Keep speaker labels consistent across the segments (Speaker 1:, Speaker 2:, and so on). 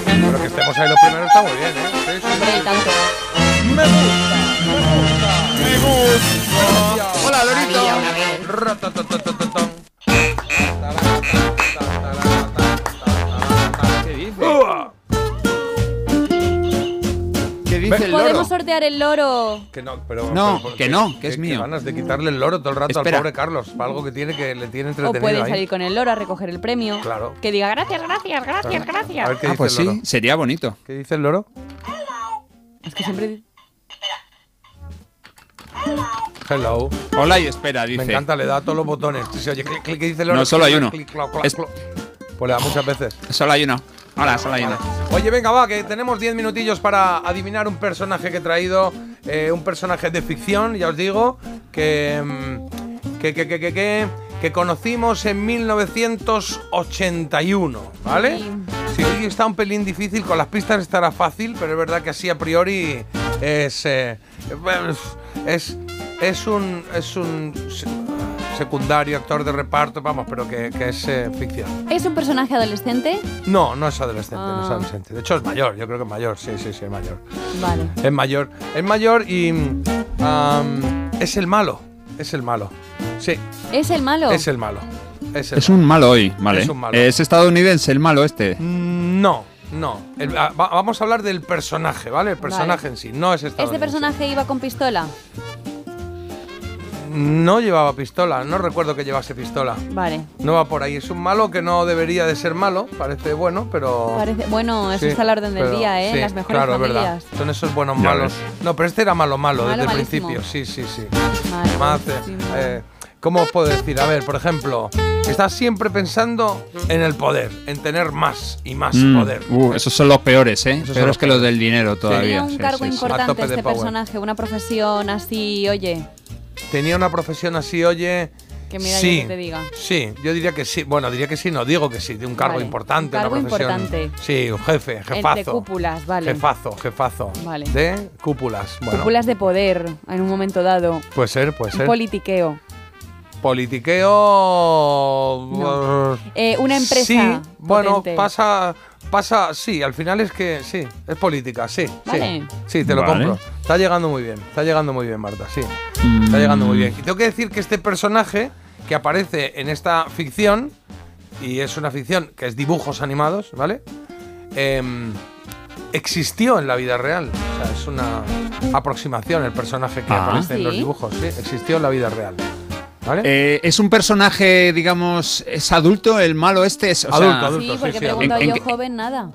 Speaker 1: Pero que estemos ahí los primeros está muy bien, ¿eh? Sí, sí.
Speaker 2: Hombre, y tanto.
Speaker 1: Me gusta, me gusta, me gusta. Hola,
Speaker 2: Había una
Speaker 1: Lorito.
Speaker 2: vez.
Speaker 1: Ratatatatatatam.
Speaker 3: ¿Qué dice?
Speaker 1: ¡Uah!
Speaker 3: ¿Qué dice el loro?
Speaker 4: Podemos sortear el loro.
Speaker 1: Que no, pero,
Speaker 3: No,
Speaker 1: pero-
Speaker 3: que no, que
Speaker 1: qué-
Speaker 3: es
Speaker 1: qué
Speaker 3: mío.
Speaker 1: ganas de quitarle el loro todo el rato
Speaker 3: Espera.
Speaker 1: al pobre Carlos, para algo que tiene que le tiene
Speaker 4: O
Speaker 1: entretenido
Speaker 4: puede
Speaker 1: ahí.
Speaker 4: salir con el loro a recoger el premio.
Speaker 1: Claro.
Speaker 4: Que diga gracias, gracias, gracias,
Speaker 1: A
Speaker 4: gracias.
Speaker 1: ver qué
Speaker 3: Ah,
Speaker 1: dice
Speaker 3: pues
Speaker 1: el
Speaker 3: sí,
Speaker 1: loro.
Speaker 3: sería bonito.
Speaker 1: ¿Qué dice el loro?
Speaker 4: Es que siempre.
Speaker 1: Hello.
Speaker 3: Hola y espera,
Speaker 1: Me
Speaker 3: dice.
Speaker 1: encanta, le da a todos los botones. Si se oye clic, clic, que dice el loro.
Speaker 3: No, solo hay uno.
Speaker 1: Clic, cloc, cloc,
Speaker 3: Es-
Speaker 1: cloc. Pues le da muchas veces.
Speaker 3: Solo hay uno. Hola, solo hay uno.
Speaker 1: Oye, venga, va, que tenemos 10 minutillos para adivinar un personaje que he traído. eh, un personaje de ficción, ya os digo, que, mm, que, que, que, que, que, que conocimos en 1981, ¿vale? Sí, hoy está un pelín difícil, con las pistas estará fácil, pero es verdad que así a priori es. eh, es, es un. Es un se- secundario, actor de reparto, vamos, pero que, que es eh, ficción.
Speaker 4: ¿Es un personaje adolescente?
Speaker 1: No, no es adolescente, no es
Speaker 4: Ah.
Speaker 1: adolescente. De hecho es mayor, yo creo que es mayor, sí, sí, sí, es mayor.
Speaker 4: Vale.
Speaker 1: Es mayor, es mayor y mm, am, es el malo, es el malo. Sí,
Speaker 4: ¿Es el malo? ¿Este
Speaker 1: es el malo. Es el
Speaker 3: Es un malo hoy, vale.
Speaker 1: Es un malo.
Speaker 3: Es estadounidense el malo este.
Speaker 1: Mm, No, no. El- ah, va- vamos a hablar del personaje, ¿vale? El personaje en sí, no es
Speaker 4: ¿Este
Speaker 1: estadounidense.
Speaker 4: personaje iba con pistola?
Speaker 1: No llevaba pistola, no recuerdo que llevase pistola.
Speaker 4: Vale.
Speaker 1: No va por ahí, es un malo que no debería de ser malo, parece bueno, pero...
Speaker 4: Parece, bueno, eso
Speaker 1: Sí,
Speaker 4: está a la orden del
Speaker 1: pero-
Speaker 4: día, ¿eh? En
Speaker 1: sí,
Speaker 4: Las mejores
Speaker 1: claro, es verdad.
Speaker 4: familias.
Speaker 1: Son esos buenos
Speaker 3: Ya
Speaker 1: malos. No, pero este era malo malo,
Speaker 4: Malo,
Speaker 1: desde
Speaker 4: malísimo.
Speaker 1: el principio. Sí, sí, sí.
Speaker 4: Malo,
Speaker 1: Además, eh,
Speaker 4: malísimo.
Speaker 1: eh, ¿Cómo os puedo decir? A ver, por ejemplo, estás siempre pensando en el poder, en tener más y más
Speaker 3: Mm,
Speaker 1: poder.
Speaker 3: uh, esos son los peores, ¿eh?
Speaker 1: Esos son los
Speaker 3: peores que los del dinero todavía.
Speaker 4: Tenía un
Speaker 3: Sí,
Speaker 4: cargo
Speaker 3: sí,
Speaker 1: A
Speaker 3: sí.
Speaker 1: tope
Speaker 4: importante
Speaker 1: de
Speaker 4: este
Speaker 1: power.
Speaker 4: personaje, una profesión así, oye.
Speaker 1: Tenía una profesión así, oye.
Speaker 4: Que mira yo
Speaker 1: sí,
Speaker 4: que te diga.
Speaker 1: Sí, yo diría que sí. Bueno, diría que sí, no digo que sí. De un cargo
Speaker 4: Vale,
Speaker 1: importante,
Speaker 4: un cargo
Speaker 1: una profesión.
Speaker 4: importante. Eh,
Speaker 1: Sí, un jefe, jefazo.
Speaker 4: de cúpulas, vale.
Speaker 1: Jefazo, jefazo.
Speaker 4: Vale.
Speaker 1: De cúpulas. Bueno,
Speaker 4: Cúpulas de poder en un momento dado.
Speaker 1: Puede ser, puede ser.
Speaker 4: Politiqueo.
Speaker 1: Politiqueo.
Speaker 4: No.
Speaker 1: brr,
Speaker 4: Eh, una empresa.
Speaker 1: Sí, bueno,
Speaker 4: potente.
Speaker 1: pasa. Pasa, sí, al final es que sí, es política, sí. sí.
Speaker 4: Vale.
Speaker 1: Sí, te lo
Speaker 3: Vale.
Speaker 1: compro. Está llegando muy bien, está llegando muy bien, Marta, sí. Mm. Está llegando muy bien. Y tengo que decir que este personaje que aparece en esta ficción, y es una ficción que es dibujos animados, ¿vale? Em, existió en la vida real. O sea, es una aproximación el personaje que
Speaker 3: Ah.
Speaker 1: aparece en los
Speaker 4: Sí.
Speaker 1: dibujos, sí, existió en la vida real. ¿Vale?
Speaker 3: Eh, es un personaje, digamos, es adulto, el malo este es. o sea,
Speaker 1: Adulto, adulto.
Speaker 4: Sí,
Speaker 1: sí,
Speaker 4: porque
Speaker 1: sí,
Speaker 4: pregunto
Speaker 3: ¿en- en
Speaker 4: yo
Speaker 3: qué-
Speaker 4: joven nada.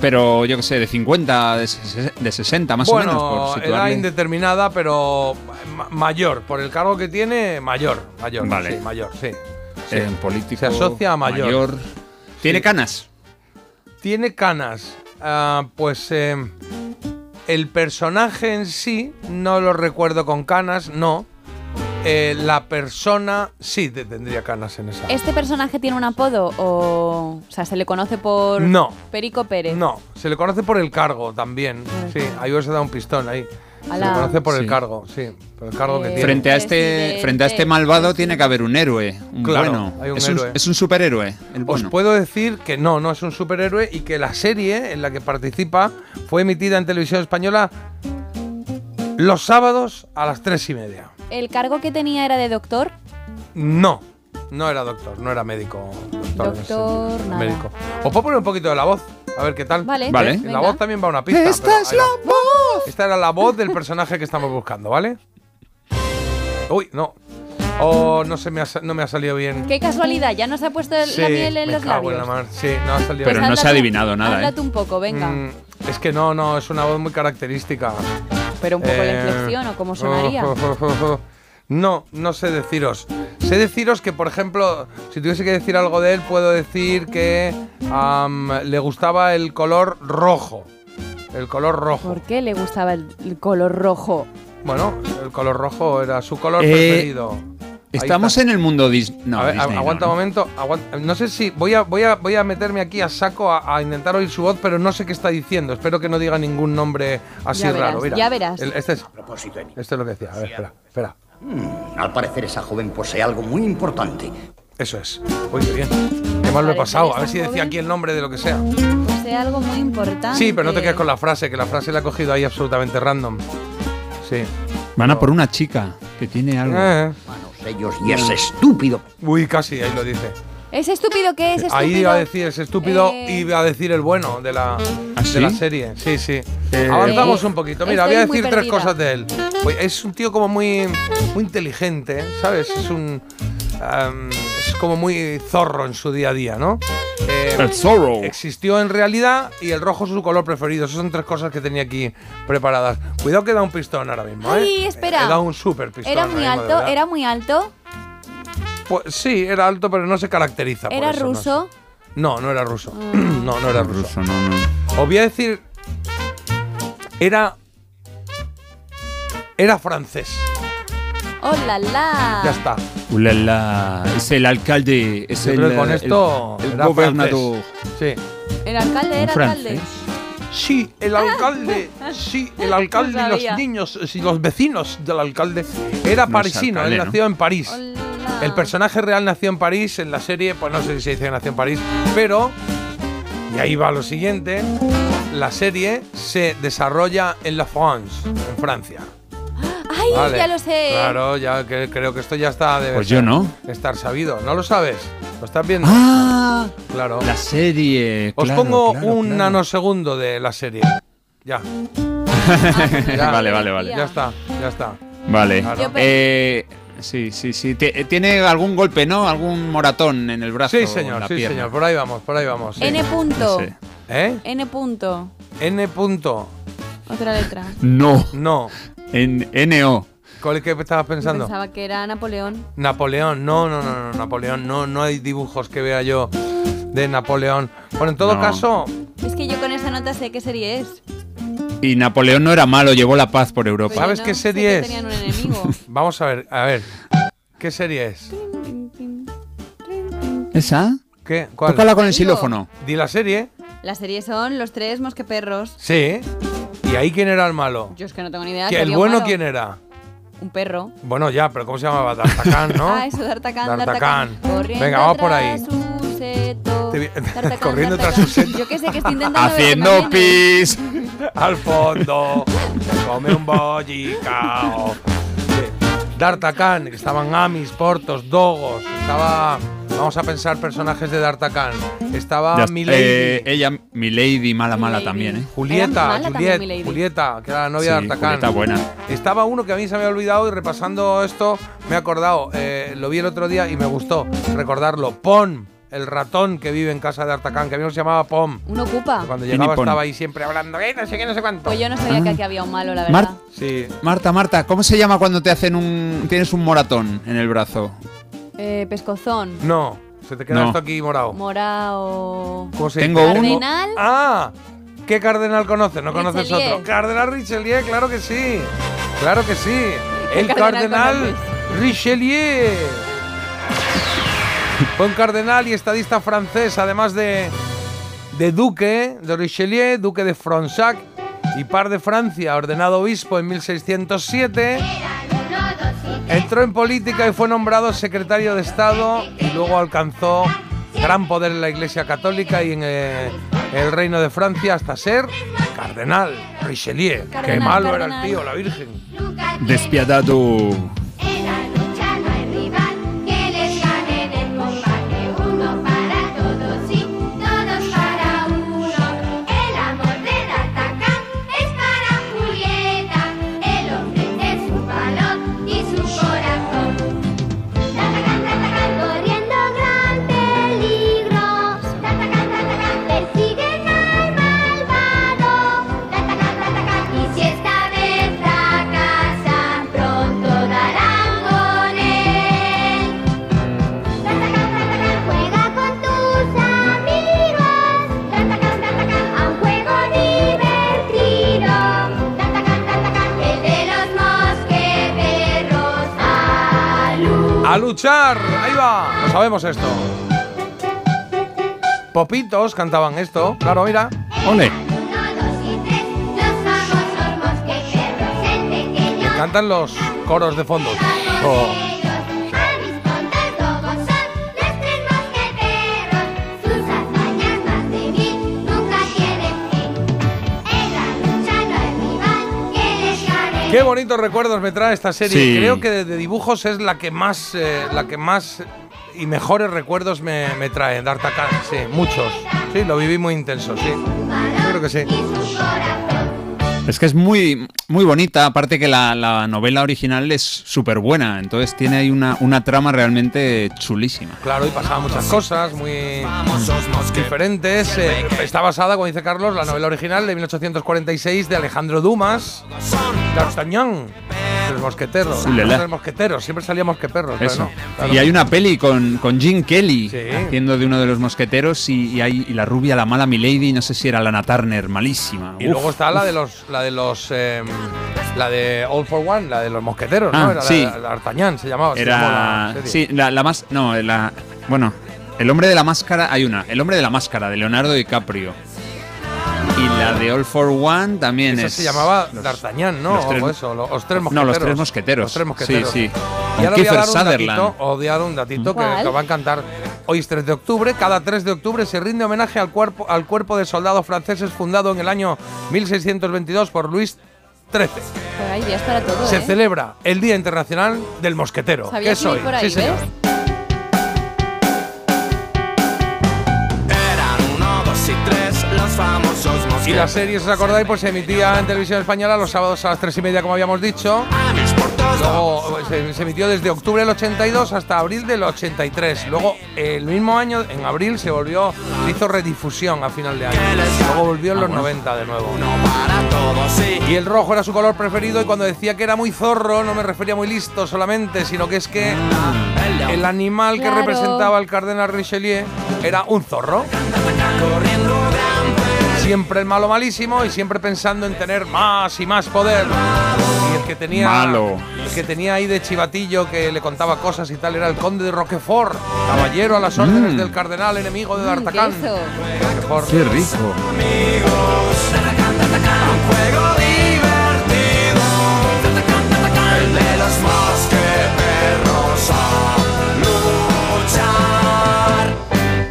Speaker 3: Pero yo que sé, de 50, de, ses- de 60, más
Speaker 1: bueno,
Speaker 3: o menos. Por
Speaker 1: edad
Speaker 3: situarle.
Speaker 1: indeterminada, pero ma- mayor. Por el cargo que tiene, mayor. Mayor,
Speaker 3: Vale.
Speaker 1: sí, mayor, sí. sí.
Speaker 3: Eh, político.
Speaker 1: Se asocia a mayor.
Speaker 3: ¿Tiene
Speaker 1: Sí.
Speaker 3: canas?
Speaker 1: Tiene canas. Ah, pues eh, el personaje en sí, no lo recuerdo con canas, no. Eh, la persona sí te tendría canas en esa.
Speaker 4: ¿Este personaje tiene un apodo o, o sea, se le conoce por
Speaker 1: No.
Speaker 4: Perico Pérez?
Speaker 1: No, se le conoce por el cargo también. Sí, ahí os he dado un pistón ahí. Se le
Speaker 4: Ala.
Speaker 1: conoce por el
Speaker 3: Sí.
Speaker 1: cargo, sí. Por el cargo que
Speaker 4: Eh,
Speaker 1: tiene.
Speaker 3: Frente a, este,
Speaker 4: Presidente.
Speaker 3: frente a este malvado tiene que haber un héroe, un
Speaker 1: Claro,
Speaker 3: bueno.
Speaker 1: hay un
Speaker 3: es,
Speaker 1: héroe.
Speaker 3: Un, es un superhéroe, el
Speaker 1: Os
Speaker 3: bueno.
Speaker 1: puedo decir que no, no es un superhéroe y que la serie en la que participa fue emitida en televisión española los sábados a las tres y media.
Speaker 4: ¿El cargo que tenía era de doctor?
Speaker 1: No, no era doctor, no era médico. Doctor,
Speaker 4: Doctor,
Speaker 1: es, eh,
Speaker 4: nada.
Speaker 1: médico. Os puedo poner un poquito de la voz, a ver qué tal.
Speaker 4: Vale. pues,
Speaker 3: Vale.
Speaker 1: ¿Eh?
Speaker 4: venga.
Speaker 1: La voz también va a una pista. pero ahí va.
Speaker 3: voz!
Speaker 1: Esta era la voz del personaje que estamos buscando, ¿vale? Uy, no. Oh, no, se me ha, sa- no me ha salido bien.
Speaker 4: Qué casualidad, ya nos ha puesto el- la
Speaker 1: Sí,
Speaker 4: miel en
Speaker 1: me
Speaker 4: los
Speaker 1: cago en
Speaker 4: labios.
Speaker 1: la mar. Sí, no ha salido
Speaker 3: Pero
Speaker 1: bien.
Speaker 3: no
Speaker 4: háblate
Speaker 3: se ha
Speaker 4: un-
Speaker 3: adivinado nada, ¿eh?
Speaker 4: Háblate un poco, venga.
Speaker 1: Mm, es que no, no, es una voz muy característica.
Speaker 4: Pero un poco
Speaker 1: Eh, oh,
Speaker 4: la inflexión o cómo sonaría.
Speaker 1: No, no sé deciros. Sé deciros que, por ejemplo, si tuviese que decir algo de él, puedo decir que am, le gustaba el color rojo. El color rojo.
Speaker 4: ¿Por qué le gustaba el, el color rojo?
Speaker 1: Bueno, el color rojo era su color
Speaker 3: Eh,
Speaker 1: preferido. Ahí
Speaker 3: Estamos
Speaker 1: está.
Speaker 3: en el mundo Dis- no,
Speaker 1: a ver,
Speaker 3: Disney. no,
Speaker 1: aguanta
Speaker 3: no.
Speaker 1: un momento. aguanta- no sé si. Voy a, voy, a, voy a meterme aquí a saco a, a intentar oír su voz, pero no sé qué está diciendo. Espero que no diga ningún nombre así
Speaker 4: Ya verás,
Speaker 1: raro. Mira,
Speaker 4: ya verás.
Speaker 1: el- este, es,
Speaker 5: propósito de mí.
Speaker 1: este es lo que decía. A ver, espera, espera.
Speaker 5: Mm, al parecer esa joven posee algo muy importante.
Speaker 1: Eso es. Uy, qué bien. Qué mal me he
Speaker 4: Parece
Speaker 1: pasado.
Speaker 4: que
Speaker 1: A ver
Speaker 4: esta
Speaker 1: si decía
Speaker 4: joven- Ah,
Speaker 1: aquí el nombre de lo que sea.
Speaker 4: Pues de algo muy importante.
Speaker 1: Sí, pero no te quedes con la frase, que la frase la ha cogido ahí absolutamente random. Sí.
Speaker 3: Van a por una chica que tiene algo.
Speaker 1: Eh.
Speaker 5: Manos ellos y es estúpido.
Speaker 1: Uy, casi, ahí lo dice.
Speaker 4: Es estúpido que es estúpido.
Speaker 1: Ahí iba a decir es estúpido
Speaker 4: Eh.
Speaker 1: y iba a decir el bueno de la,
Speaker 3: ¿Ah,
Speaker 1: de
Speaker 3: sí? Eh.
Speaker 1: la serie. Sí, sí. Avanzamos un poquito. Mira,
Speaker 4: Estoy
Speaker 1: voy a
Speaker 4: muy
Speaker 1: decir tres
Speaker 4: perdida.
Speaker 1: cosas de él. Oye, Es un tío como muy, muy inteligente, ¿sabes? Es un. am, es como muy zorro en su día a día, ¿no? Eh,
Speaker 3: El Zorro.
Speaker 1: existió en realidad y el rojo es su color preferido. Esas son tres cosas que tenía aquí preparadas. Cuidado que da un pistón ahora mismo, ¿eh?
Speaker 4: Ay, espera.
Speaker 1: He dado un super pistón.
Speaker 4: Era muy
Speaker 1: ahora mismo, de
Speaker 4: alto,
Speaker 1: verdad.
Speaker 4: era muy alto,
Speaker 1: Pues sí, era alto, pero no se caracteriza. por
Speaker 4: era
Speaker 1: eso, no sé.
Speaker 4: ruso.
Speaker 1: No, no era ruso.
Speaker 4: Ah.
Speaker 1: No, no era ruso.
Speaker 3: Ruso, no, no.
Speaker 1: Os voy a decir. Era. Era francés.
Speaker 4: ¡Oh, la, la!
Speaker 1: Ya está.
Speaker 3: Ulala, es el alcalde, es
Speaker 1: Yo
Speaker 3: el,
Speaker 1: creo que con
Speaker 3: el-
Speaker 1: esto.
Speaker 3: el
Speaker 1: era
Speaker 3: gobernador.
Speaker 1: francés. Sí.
Speaker 4: El alcalde era
Speaker 3: Un
Speaker 4: alcalde.
Speaker 3: francés.
Speaker 1: Sí, el alcalde. Sí, el alcalde
Speaker 4: Ah. No
Speaker 1: y
Speaker 4: sabía.
Speaker 1: los niños y los vecinos del alcalde. Era
Speaker 3: No es
Speaker 1: parisino,
Speaker 3: alcalde,
Speaker 1: él
Speaker 3: ¿no?
Speaker 1: nació en París.
Speaker 4: Hola.
Speaker 1: El personaje real nació en París, en la serie, pues no sé si se dice que nació en París, pero, y ahí va lo siguiente, la serie se desarrolla en La France, en Francia.
Speaker 4: ¡Ay,
Speaker 1: Vale.
Speaker 4: ya lo sé!
Speaker 1: Claro, ya que, creo que esto ya está de
Speaker 3: Pues yo no.
Speaker 1: estar sabido. ¿No lo sabes? ¿Lo estás viendo?
Speaker 3: Ah,
Speaker 1: claro.
Speaker 3: la serie.
Speaker 1: Os
Speaker 3: claro,
Speaker 1: pongo
Speaker 3: claro,
Speaker 1: un
Speaker 3: claro.
Speaker 1: nanosegundo de la serie. Ya,
Speaker 4: Ah,
Speaker 1: Ya.
Speaker 3: vale, vale, vale.
Speaker 1: ya está, ya está.
Speaker 3: Vale.
Speaker 1: Claro.
Speaker 4: Yo pe-
Speaker 3: Eh, sí, sí, sí. Te- eh, Tiene algún golpe, ¿no? Algún moratón en el brazo.
Speaker 1: Sí,
Speaker 3: o en
Speaker 1: señor,
Speaker 3: la
Speaker 1: sí,
Speaker 3: pierna.
Speaker 1: señor. Por ahí vamos, por ahí vamos. sí.
Speaker 4: N punto.
Speaker 3: No sé.
Speaker 1: ¿Eh?
Speaker 4: N punto.
Speaker 1: N punto.
Speaker 4: Otra letra.
Speaker 3: No,
Speaker 1: No.
Speaker 3: en NO.
Speaker 1: ¿Cuál es que estabas pensando?
Speaker 4: Pensaba que era Napoleón.
Speaker 1: Napoleón, no, no, no, no, Napoleón, no, no hay dibujos que vea yo de Napoleón. Bueno, en todo
Speaker 3: No.
Speaker 1: caso,
Speaker 4: Es que yo con esa nota sé qué serie es.
Speaker 3: Y Napoleón no era malo, llevó la paz por
Speaker 4: Pero
Speaker 3: Europa.
Speaker 1: ¿Sabes
Speaker 4: yo
Speaker 1: qué
Speaker 4: sé
Speaker 1: serie
Speaker 4: que
Speaker 1: es?
Speaker 4: Tenían un enemigo.
Speaker 1: vamos a ver, a ver, ¿qué serie es?
Speaker 4: Tin, tin,
Speaker 3: ¿Esa?
Speaker 1: ¿Qué? ¿Cuál?
Speaker 3: Tócala con el
Speaker 4: Digo.
Speaker 3: xilófono.
Speaker 1: Di la serie,
Speaker 4: tin. La serie son Los Tres Mosqueperros.
Speaker 1: sí. ¿Y ahí quién era el malo?
Speaker 4: Yo es que no tengo ni idea.
Speaker 1: ¿Que
Speaker 4: que
Speaker 1: ¿El
Speaker 4: había un
Speaker 1: bueno
Speaker 4: malo.
Speaker 1: quién era?
Speaker 4: Un perro.
Speaker 1: Bueno, ya, pero ¿cómo se llamaba? D'Artagnan, ¿no?
Speaker 4: Ah, eso, D'Artagnan,
Speaker 1: D'Artagnan.
Speaker 4: D'Artagnan. Corriendo
Speaker 1: Venga, vamos por
Speaker 4: tras
Speaker 1: ahí.
Speaker 4: un seto.
Speaker 1: Te vi-
Speaker 4: D'Artagnan,
Speaker 1: corriendo tras
Speaker 4: D'Artagnan.
Speaker 1: un seto.
Speaker 4: Yo que sé que estoy intentando ver
Speaker 3: Haciendo
Speaker 4: qué más viene.
Speaker 3: pis.
Speaker 1: Al fondo, come un bollicao. Sí. D'Artagnan, que estaban Amis, Portos, Dogos, estaba... Vamos a pensar personajes de D'Artagnan. Estaba
Speaker 3: Ya-
Speaker 1: Ah, Milady.
Speaker 3: eh, ella, mi lady, mala, mala
Speaker 4: Milady.
Speaker 3: también, ¿eh?
Speaker 4: Era
Speaker 1: Julieta,
Speaker 4: mala también,
Speaker 1: Juliet,
Speaker 4: Milady.
Speaker 1: Julieta, que era la novia
Speaker 3: Sí,
Speaker 1: de Artacán.
Speaker 3: Julieta buena.
Speaker 1: Estaba uno que a mí se me había olvidado y repasando esto me he acordado. eh, lo vi el otro día y me gustó recordarlo. Pom, el ratón que vive en casa de Artacán, que a mí no se llamaba Pom.
Speaker 4: Un ocupa.
Speaker 1: Cuando
Speaker 3: Tini
Speaker 1: llegaba
Speaker 3: Pom.
Speaker 1: estaba ahí siempre hablando, "Eh, no sé qué, no sé cuánto.
Speaker 4: Pues yo no sabía que aquí había un malo, la verdad.
Speaker 3: Mar-
Speaker 1: Sí.
Speaker 3: Marta, Marta, ¿cómo se llama cuando te hacen un. tienes un moratón en el brazo?
Speaker 4: Eh, pescozón.
Speaker 1: No, se te queda
Speaker 3: No.
Speaker 1: esto aquí morado.
Speaker 4: Morao.
Speaker 1: ¿Cómo se
Speaker 3: Tengo
Speaker 1: dice?
Speaker 3: un-
Speaker 4: Cardenal.
Speaker 1: Ah, ¿qué cardenal conoces? ¿No conoces
Speaker 4: Richelieu.
Speaker 1: otro? Cardenal Richelieu, claro que sí. Claro que sí.
Speaker 4: ¿Qué
Speaker 1: El
Speaker 4: cardenal
Speaker 1: cardenal Richelieu. Fue un cardenal y estadista francés, además de, de duque de Richelieu, duque de Fronsac y par de Francia, ordenado obispo en 1607. Entró en política y fue nombrado secretario de Estado y luego alcanzó gran poder en la Iglesia Católica y en eh, el Reino de Francia hasta ser cardenal Richelieu. Qué
Speaker 4: Cardenal,
Speaker 1: malo era
Speaker 4: cardenal.
Speaker 1: el tío, la Virgen.
Speaker 3: Despiadado.
Speaker 2: En la lucha no hay rival que les gane en el combate. Uno para todos y todos para uno. El amor de D'Artagnan es para Julieta. El hombre de su valor y su corazón. D'Artagnan, D'Artagnan, corriendo gran peligro. D'Artagnan, D'Artagnan, persiguen al malvado. D'Artagnan, D'Artagnan, y si esta vez fracasan, pronto darán con él. D'Artagnan, D'Artagnan, juega con tus amigos. D'Artagnan, D'Artagnan, a un juego divertido. D'Artagnan, D'Artagnan, el de los mosqueteros a luz.
Speaker 1: ¡A luchar! ¡Ahí va! No sabemos esto. Popitos cantaban esto. Claro, mira.
Speaker 3: Ole.
Speaker 2: Uno, dos y tres, los famosos mosqueteros, el pequeño
Speaker 1: Cantan los coros de fondo.
Speaker 2: Oh. A mis tontas lobos son los tres mosqueteros. Sus hazañas más de mil nunca tienen.
Speaker 1: Qué bonitos recuerdos me trae esta serie.
Speaker 6: Sí.
Speaker 1: Creo que de, de dibujos es la que más, eh, la que más y mejores recuerdos me, me trae. D'Artagnan, sí, muchos. Sí, lo viví muy intenso, sí. Yo creo que sí.
Speaker 3: Es que es muy, muy bonita, aparte que la, la novela original es súper buena, entonces tiene ahí una, una trama realmente chulísima.
Speaker 1: Claro, y pasaban muchas cosas muy diferentes. Eh, está basada, como dice Carlos, la novela original de 1846 de Alejandro Dumas, D'Artagnan, de los mosqueteros.
Speaker 3: Ulala.
Speaker 1: No de los mosqueteros, siempre salíamos que perros, pero
Speaker 3: Eso.
Speaker 1: no, claro.
Speaker 3: Y hay una peli con, con Jim Kelly
Speaker 1: Sí.
Speaker 3: haciendo de uno de los mosqueteros y, y hay y la rubia, la mala Milady, no sé si era Lana Turner, malísima.
Speaker 1: Y
Speaker 3: Uf.
Speaker 1: luego está la de los, la de los, em, la de All for One, la de los mosqueteros,
Speaker 3: Ah,
Speaker 1: ¿no? Era la-
Speaker 3: sí.
Speaker 1: la, D'Artagnan se llamaba. se llamó
Speaker 3: Era.
Speaker 1: la serie.
Speaker 3: Sí, la, la más. No, la. Bueno, El hombre de la máscara. Hay una. El hombre de la máscara, de Leonardo DiCaprio. Y la de All for One también
Speaker 1: Esa
Speaker 3: es.
Speaker 1: se llamaba
Speaker 3: los-
Speaker 1: D'Artagnan, ¿no?
Speaker 3: los tres-
Speaker 1: o eso, lo- los tres
Speaker 3: No,
Speaker 1: mosqueteros.
Speaker 3: los tres mosqueteros.
Speaker 1: Los tres mosqueteros.
Speaker 3: Sí, sí.
Speaker 1: Y
Speaker 3: Con
Speaker 1: ahora voy a
Speaker 3: Kiefer
Speaker 1: dar un
Speaker 3: Sutherland.
Speaker 1: datito, o voy a dar un datito que,
Speaker 4: ¿Cuál?
Speaker 1: que va a encantar. Hoy es 3 de octubre, cada 3 de octubre se rinde homenaje al cuerpo, al cuerpo de soldados franceses fundado en el año 1622 por Luis XIII.
Speaker 4: Pero pues hay días para todo,
Speaker 1: Se
Speaker 4: ¿eh?
Speaker 1: celebra el Día Internacional del Mosquetero.
Speaker 4: Sabía
Speaker 1: ¿Qué
Speaker 4: que iba
Speaker 1: soy?
Speaker 4: por ahí,
Speaker 1: sí, señor.
Speaker 4: ¿ves?
Speaker 1: Y la serie, si os acordáis, pues se emitía en televisión española los sábados a las 3 y media, como habíamos dicho. Luego eh, se, se emitió desde octubre del 82 hasta abril del 83. Luego, eh, el mismo año, en abril, se volvió, se hizo redifusión a final de año. Luego volvió en los 90 de nuevo. Y el rojo era su color preferido y cuando decía que era muy zorro, no me refería muy listo solamente, sino que es que el animal que
Speaker 4: Claro.
Speaker 1: representaba el cardenal Richelieu era un zorro. Siempre el malo malísimo y siempre pensando en tener más y más poder. Y el que tenía
Speaker 3: Malo.
Speaker 1: el que tenía ahí de chivatillo que le contaba cosas y tal era el conde de Roquefort, caballero a las órdenes del cardenal enemigo de
Speaker 4: Mm,
Speaker 1: D'Artagnan.
Speaker 4: queso.
Speaker 1: Roquefort.
Speaker 3: Qué rico.